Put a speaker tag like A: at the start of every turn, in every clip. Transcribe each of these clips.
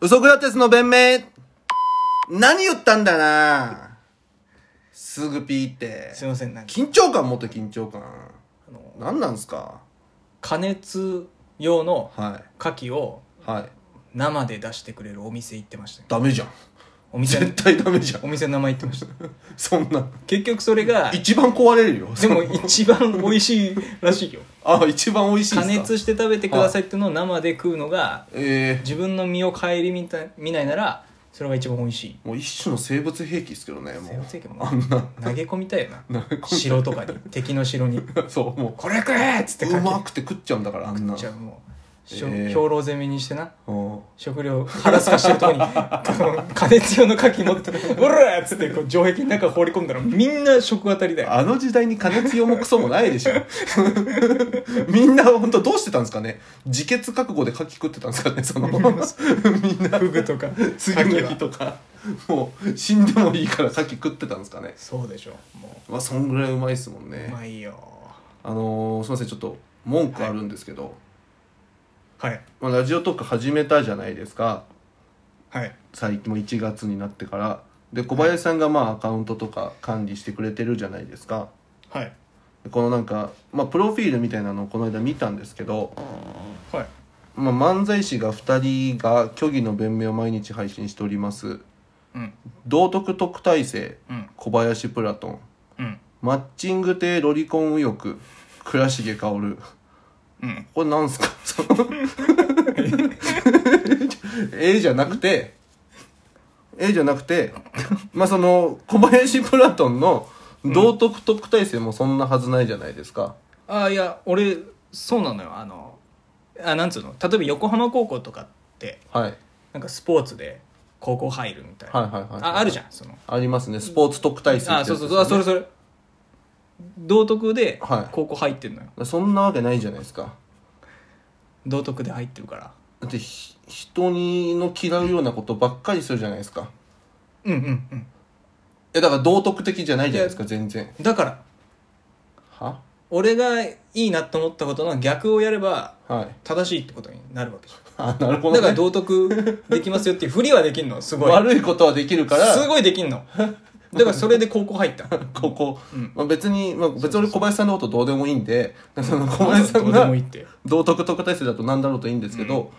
A: ウソクラテスの弁明何言ったんだなすぐピーって。
B: すいませんなんか
A: 緊張感もっと緊張感。
B: あの
A: 何なんすか
B: 加熱用の
A: は
B: 牡蠣を
A: い。はい。
B: 生で出してくれるお店行ってましたよ
A: ダメじゃん。
B: お店
A: 絶対ダメじゃん
B: お。店の名前言ってました
A: そんな。
B: 結局それが
A: 一番壊れるよ。
B: でも一番美味しいらしいよ
A: あ、一番美味しいっ
B: 加
A: すか
B: 熱して食べてくださいっていうのを生で食うのが
A: え
B: 自分の身を顧みた見ないならそれが一番美味しい
A: ー、もう一種の生物兵器ですけどね、もう。
B: 生物兵器も
A: あんな。
B: 投げ込みたいよ
A: 投
B: な
A: げ込みたい
B: 城とかに敵の城に
A: そう、も
B: 「これ食え!」っつって
A: う。
B: か
A: う
B: け
A: まくて食っちゃうんだから、あんな。
B: じゃあもうしょ
A: えー
B: 兵糧攻めにしてな
A: うん
B: 食料腹すかしてる とこにこの加熱用の牡蠣持って「おら!」っつってこう城壁の中放り込んだらみんな食あたりだよ
A: あの時代に加熱用もクソもないでしょ。 みんな本当どうしてたんですかね自決覚悟で書き食ってたんですかねその、みんな
B: フグとか
A: 次の日
B: 牡蠣は
A: とか、もう死んでもいいから牡蠣食ってたんですかね
B: そうでしょも
A: まあそんぐらいうまいですもん
B: うう
A: ね。
B: まいよ
A: あのーすいません、ちょっと文句あるんですけど、
B: はい
A: まあ、ラジオトーク始めたじゃないですか。
B: はい
A: 最近も1月になってから。で、小林さんがまあアカウントとか管理してくれてるじゃないですか。
B: はい
A: でこのなんか、まあプロフィールみたいなのをこの間見たんですけど、
B: はい
A: まあ、漫才師が2人が虚偽の弁明を毎日配信しております
B: うん
A: 道徳特待生
B: うん
A: 小林プラトン
B: うん
A: マッチング亭ロリコン右翼倉重薫
B: うん
A: これなんすかそのえ じゃなくてえじゃなくてまあその小林プラトンの道徳特待生もそんなはずないじゃないですか、
B: あいや俺そうなのよあのあなんつうの例えば横浜高校とかって
A: はい
B: なんかスポーツで高校入るみたいな、
A: はいはいはい
B: ああるじゃんその
A: ありますねスポーツ特待生ってや
B: あ
A: つで
B: そう
A: す
B: そ
A: よ
B: う
A: ね
B: そうあそれそれ道徳で
A: はい
B: 高校入ってんのよ、
A: そんなわけないじゃないですか
B: 道徳で入ってるから
A: だってひ人にの嫌うようなことばっかりするじゃないですか
B: うんうんうん
A: えだから道徳的じゃないじゃないですか全然
B: だから
A: は
B: 俺がいいなと思ったことの逆をやれば
A: はい
B: 正しいってことになるわけじ
A: あなる
B: ゃ
A: ほ
B: んだから
A: ど、ね、
B: 道徳できますよっていうふりはでき んのすごい
A: 悪いことはできるから
B: すごいできんのだからそれで高校入った
A: ここ、
B: うん
A: まあ、別に、まあ、別に俺小林さんのことどうでもいいんでその小
B: お
A: 林さん
B: どうでもいいっ
A: が
B: て
A: 道徳特待生だと何だろうといいんですけど、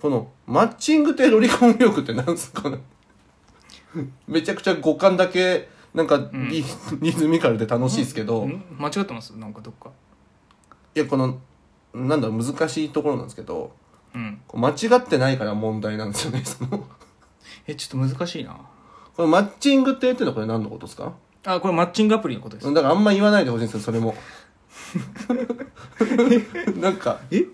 A: このマッチングってロリコン力ってなんすかねめちゃくちゃ五感だけなんかリ,、ズミカルで楽しいですけど、
B: ん間違ってますなんかどっか
A: いやこのなんだろう難しいところなんですけど
B: うん
A: こう間違ってないから問題なんですよね その
B: えちょっと難しいな
A: このマッチングってっていうのはこれ何のことですか
B: あこれマッチングアプリのことです
A: だからあんま言わないでほしいんですよそれも なんか
B: え、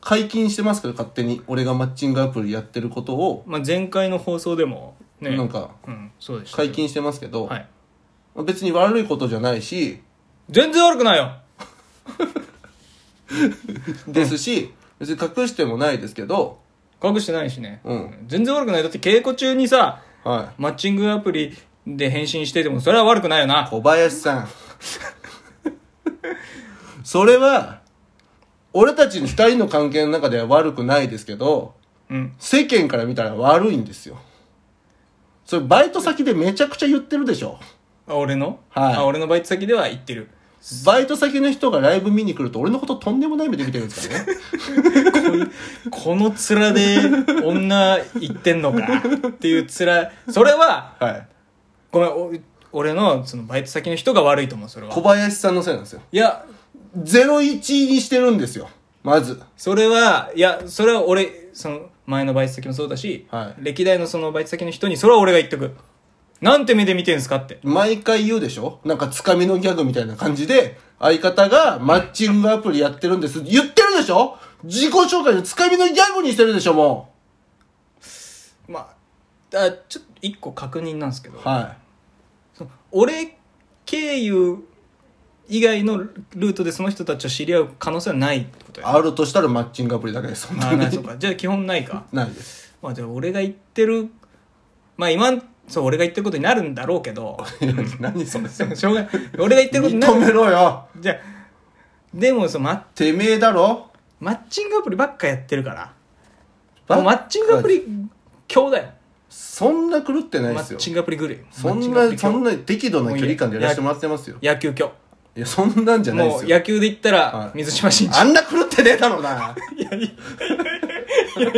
A: 解禁してますけど勝手に俺がマッチングアプリやってることを、
B: まあ、前回の放送でもね
A: なんか
B: うんそうでした
A: 解禁してますけど、
B: はい
A: 別に悪いことじゃないし
B: 全然悪くないよ
A: ですし、別に隠してもないですけど
B: 隠してないしね、
A: うん
B: 全然悪くないだって稽古中にさ
A: は
B: マッチングアプリで返信しててもそれは悪くないよ
A: い
B: な
A: 小林さんそれは俺たち二人の関係の中では悪くないですけど
B: うん
A: 世間から見たら悪いんですよそれバイト先でめちゃくちゃ言ってるでしょ
B: あ俺の、
A: はい
B: あ俺のバイト先では言ってる
A: バイト先の人がライブ見に来ると俺のこととんでもない目で見てるんですからね
B: この面で女言ってんのかっていう面それは
A: はい
B: ごめんお俺のそのバイト先の人が悪いと思うそれは
A: 小林さんのせいなんですよ
B: いや
A: 01にしてるんですよまず
B: それはいやそれは俺その前のバイト先もそうだし、
A: はい
B: 歴代のそのバイト先の人にそれは俺が言っとくなんて目で見てんすかって
A: 毎回言うでしょなんかつかみのギャグみたいな感じで相方がマッチングアプリやってるんです言ってるでしょ自己紹介のつかみのギャグにしてるでしょも
B: まああちょっと一個確認なんですけど、
A: うは
B: 俺経由以外のルートでその人たちを知り合う可能性はないってこと
A: い
B: や
A: あるとしたらマッチングアプリだけです本当
B: あ あなそ
A: に
B: うかじゃあ基本ないか
A: ないです
B: まあじゃあ俺が言ってるまあ今んそう俺が言ってることになるんだろうけど
A: 何それ
B: しょうがない俺が言ってることにな
A: 認
B: る
A: めろよ
B: じゃあでもそのマ
A: てめえだろ
B: マッチングアプリばっかやってるからもうマッチングアプリ今日だよ
A: そんな狂ってない
B: マ
A: です
B: ッ
A: よ
B: チングアプリぐらい
A: そん
B: マッチングアプ
A: な
B: リ
A: そん
B: 今日
A: な適度な距離感でやらせてもらってますよ
B: 野球今
A: いやそんなんじゃ
B: 日
A: ないで
B: もう
A: すよ
B: 野球で言ったら
A: はい
B: 水島新司
A: あんな狂ってねえだろうな
B: いやいや
A: あ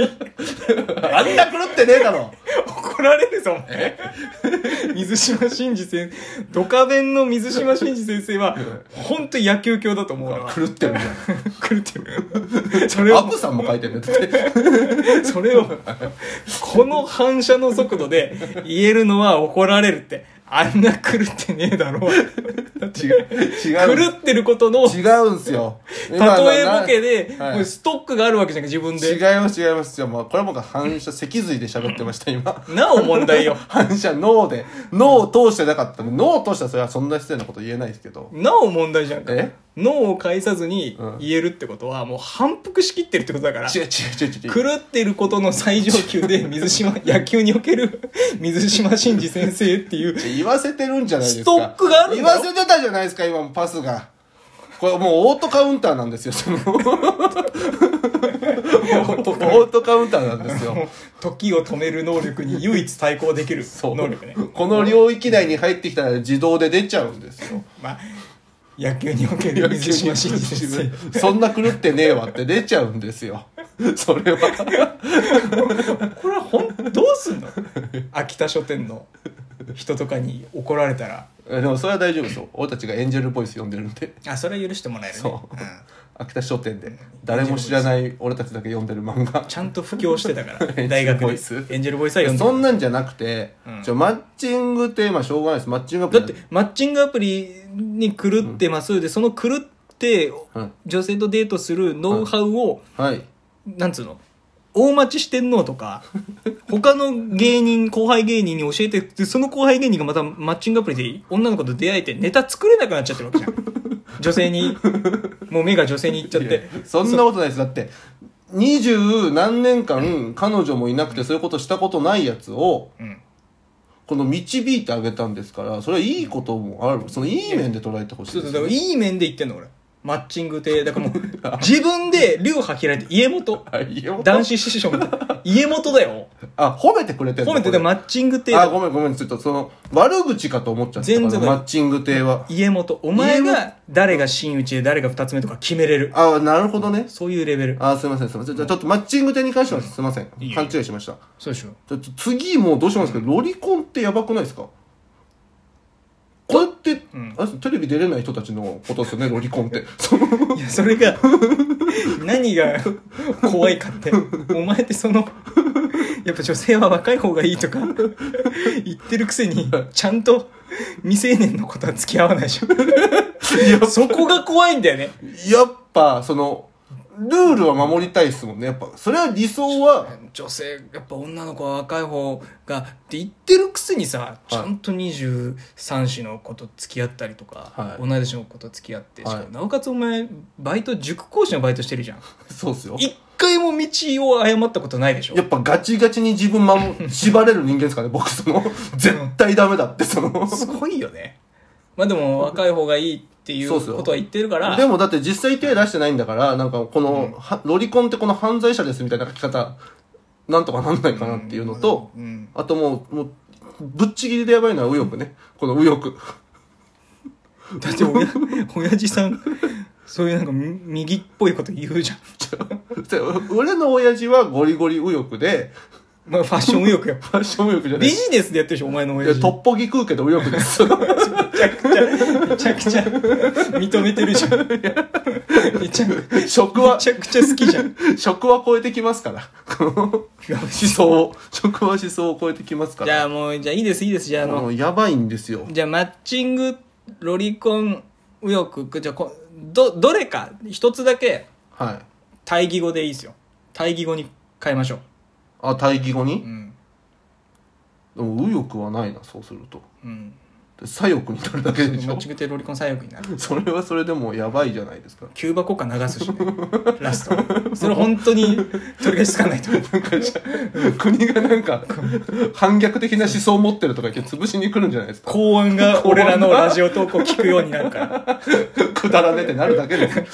A: んな狂ってねえだろ
B: 怒られるぞお前 水島新司先生ドカベンの水島新司先生は本当に野球教だと思う な
A: 狂ってるじゃん
B: 狂ってるそれ
A: ア
B: を
A: ップさんも書いて るんだって。
B: それをこの反射の速度で言えるのは怒られるってあんな狂ってねえだろうだって
A: 違う。違う。
B: 狂ってることの
A: 違うんすよ。
B: 例えボケで、
A: はい
B: もうストックがあるわけじゃんか、自分
A: 違い
B: で。
A: ます、違います。じゃあもう、これは僕は反射、脊髄で喋ってました、今。
B: なお問題よ。
A: 反射、脳で。脳を通してなかった。脳を通したらそれはそんな失礼なこと言えないですけど。
B: なお問題じゃんか
A: え。
B: 脳を介さずに
A: うん
B: 言えるってことは、もう反復しきってるってことだか
A: 違
B: ら。
A: う違う違う違う。
B: 狂ってることの最上級 で、水島、野球における水島真司先生っていう。
A: 言わせてるんじゃないですか。
B: ストックがあるんだ
A: 言
B: よ
A: わせてたじゃないですか、今もパスが。これもうオートカウンターなんですよ、 その。オートカウンターなんですよ。
B: 時を止める能力に唯一対抗できる
A: そう
B: 能力ね。
A: この領域内に入ってきたら自動で出ちゃうんです よ。
B: まあ、野球における水島真司先生。
A: そんな狂ってねえわって出ちゃうんです よ。それは。
B: これはほんどうすんの秋田書店の人とかに怒られたら
A: でもそれは大丈夫ですよ。俺たちがエンジェルボイス呼んでるんで。
B: あそれは許してもらえるね
A: そうん秋田書店で。誰も知らない俺たちだけ読んでる漫画。
B: ちゃんと布教してたから
A: エンジェル
B: 大学で
A: ボイス
B: エンジェルボイスは読んで
A: そ
B: る
A: んなんじゃなくて、
B: うん
A: ちょマッチングって、まあしょうがないです。マッチングアプ
B: だ
A: リ
B: ってマッチングアプリに狂ってます、でその狂って
A: うん
B: 女性とデートするノウハウを、
A: はい。
B: なんつうの大町四天王 とか他の芸人後輩芸人に教えてでその後輩芸人がまたマッチングアプリで女の子と出会えてネタ作れなくなっちゃってるわけじ ゃん女性にもう目が女性にいっちゃっ
A: いや
B: て
A: そんなことないです。だって、二十何年間彼女もいなくてそういうことしたことないやつを、
B: うん
A: この導いてあげたんですから、それはいいこともある。そのいい面で捉えてほし
B: そ
A: いうで
B: そう
A: す
B: だ
A: よ
B: からいい面で言ってんの俺マッチン グってだからもう自分で流派開いて家元
A: あいいよ
B: 男子師匠みたいな家 元だよ
A: あ、褒めてくれてる
B: 褒めててマッチングって
A: あ、ごめんごめん。ちょっとその、悪口かと思っちゃったから。
B: 全然
A: マッチング亭は。
B: 家元お前
A: 家
B: が誰が真打ちで誰が二つ目とか決めれる
A: あ、なるほどね。
B: そういうレベル
A: あ、すいませんすいません。じゃあちょっとマッチング亭に関してはすいません
B: いい。よ
A: 勘違いしました。
B: そう でしょ
A: ちょっと次もうどうしますか、ロリコンってやばくないですかこれって、
B: うん
A: あれテレビ出れない人たちのことですよ ね、ロリコンって。その
B: いやそれが 何が怖いかってお前ってそのやっぱ女性は若い方がいいとか言ってるくせにちゃんと未成年の子とは付き合わないでしょそこが怖いんだよね
A: やっぱ、その、ルールは守りたいですもんね。やっぱ、それは理想は、
B: 女性やっぱ女の子は若い方がって言ってるくせにさちゃんと23子の子と付き合ったりとか、
A: はい
B: 同い年の子と付き合って、
A: はい
B: しかもなおかつお前バイト塾講師のバイトしてるじゃん
A: そうっすよ。
B: 一回も道を誤ったことないでしょ
A: やっぱガチガチに自分守、 縛れる人間ですかね、僕その、絶対ダメだって、その。
B: すごいよねまあでも若い方がいいっていう
A: そうっすよ
B: ことは言ってるから
A: でもだって実際手出してないんだから、なんかこの、はロリコンってこの犯罪者ですみたいな書き方、なんとかなんないかなっていうのと、
B: うん
A: あともう、もう、ぶっちぎりでやばいのは右翼ね。この右 翼。
B: だって親親父さんそういうなんかみ右っぽいこと言うじゃん
A: で俺の親父はゴリゴリ右翼で、
B: まあファッション右翼よ
A: ファッション右翼じゃな
B: ビ
A: い。
B: ジネスでやってるでしょお前の親
A: い
B: 父
A: やトッポギ食うけど右翼です。
B: めちゃくちゃ、めちゃくちゃ、認めてるじゃん。めちゃくち
A: 食
B: ゃ、め
A: は、
B: ちゃくちゃ好きじゃん。い
A: 食は超えてきますから。 この思
B: や
A: 想を、食は思想を超えてきますか
B: じ
A: ら。
B: ゃあもう、じゃあいいです、いいです。じゃああ
A: も
B: の、
A: うやばいんですよ。
B: じゃあマッチング、ロリコン、右翼、じゃあこ、ど、どれか、一つだけ、
A: はい。
B: 対義語でいいですよ。対義語に変えましょう。
A: あ、対義語
B: う
A: に、
B: ん。
A: でも右翼はないな、そうすると。
B: うん。
A: で左翼になるだけ
B: マ
A: でし
B: ッ
A: ょ
B: チングってロリコン左翼になる。
A: それはそれでもうやばいじゃないですか。
B: キューバ国歌流すしね。ラスト。それ本当に取り返しつかないと思う。
A: 国がなんか、反逆的な思想を持ってるとか言って潰しに来るんじゃないですか。
B: 公安が俺らのラジオ投稿聞くようになるから。
A: くだらねってなるだけです。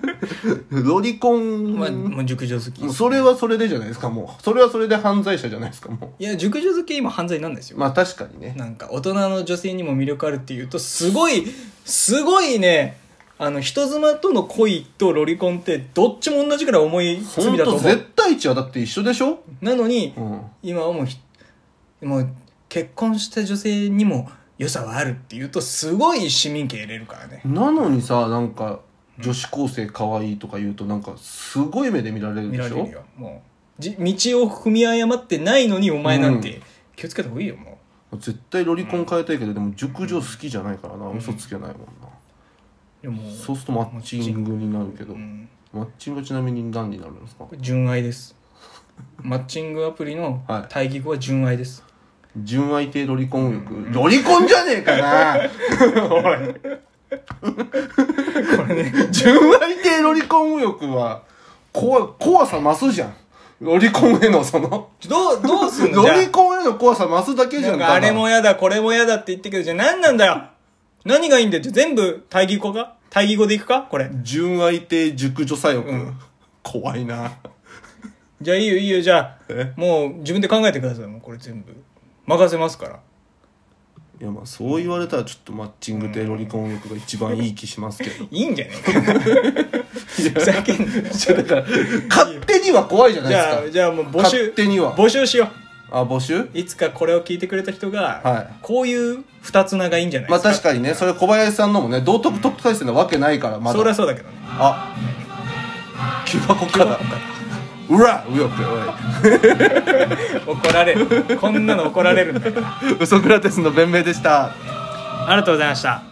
A: ロリコン、
B: まあ、もう熟女好き。
A: もうそれはそれでじゃないですか、もう。それはそれで犯罪者じゃないですか、も
B: いや、熟女好きは今犯罪なんです
A: う。
B: よ。
A: まあ確かにね。
B: なんか、大人の女性にも魅力あるっていうと、すごい、すごいね、あの、人妻との恋とロリコンって、どっちも同じくらい重い
A: ほ
B: 罪
A: ん
B: だと
A: と、
B: 思う。
A: 絶対値はだって一緒でしょ
B: なのに、
A: うん。
B: 今はもうひもう結婚した女性にも良さはあるっていうとすごい市民権入れるからね
A: なのにさ、なんか、女子高生可愛いとか言うと、なんか、すごい目で見られる
B: 見
A: で
B: ら
A: し
B: れ
A: ょ
B: るよもうじ道を踏み誤ってないのにお前なん
A: う
B: て気をつけた方がいいよも
A: 絶対ロリコン変えたいけど、でも熟女好きじゃないからな、嘘つけないもんな。
B: うでもも
A: そうするとマッチングになるけど
B: う、ん、
A: マッチングはちなみに何になるんですか
B: これ純愛ですマッチングアプリの
A: はい
B: 対義語は純愛です、
A: 純愛系ロリコン欲。ロリコンじゃねえかな おい
B: これね
A: 純愛系ロリコン右翼は怖怖さ増すじゃんロリコンへのその
B: どうどう すん
A: ロ
B: のじゃ
A: リコンへの怖さ増すだけ
B: あ
A: じゃ
B: なんんかあれもやだこれもやだって言ってくるじゃあ何なんだよ何がいいんだよじゃあ全部対義語か対義語でいくかこれ
A: ただ純愛系熟女左翼、
B: ん
A: 怖いな
B: じゃあいいよいいよじゃ
A: え
B: あもう自分で考えてくださいもうこれ全部任せますから
A: いやまあそう言われたらちょっとマッチングでロリコン右翼が一番いい気しますけど
B: いいんじゃねえかふざけんな
A: ちょだから 勝手には怖いじゃない
B: じ
A: で
B: ゃあ
A: すか
B: じゃあもう募
A: 勝
B: 集
A: 手には
B: 募集しよ
A: あ募集
B: ういつかこれを聞いてくれた人が、
A: はい
B: こういう二つ名がいいんじゃない
A: ま
B: で
A: あ
B: すか、
A: 確かにねそれ小林さんのもね道徳特待生なわけないからまだ
B: そりゃそうだけどね
A: あ木箱からうら右翼おい
B: 怒られるこんなの怒られるんだよ
A: ウソクラテスの弁明でした。
B: ありがとうございました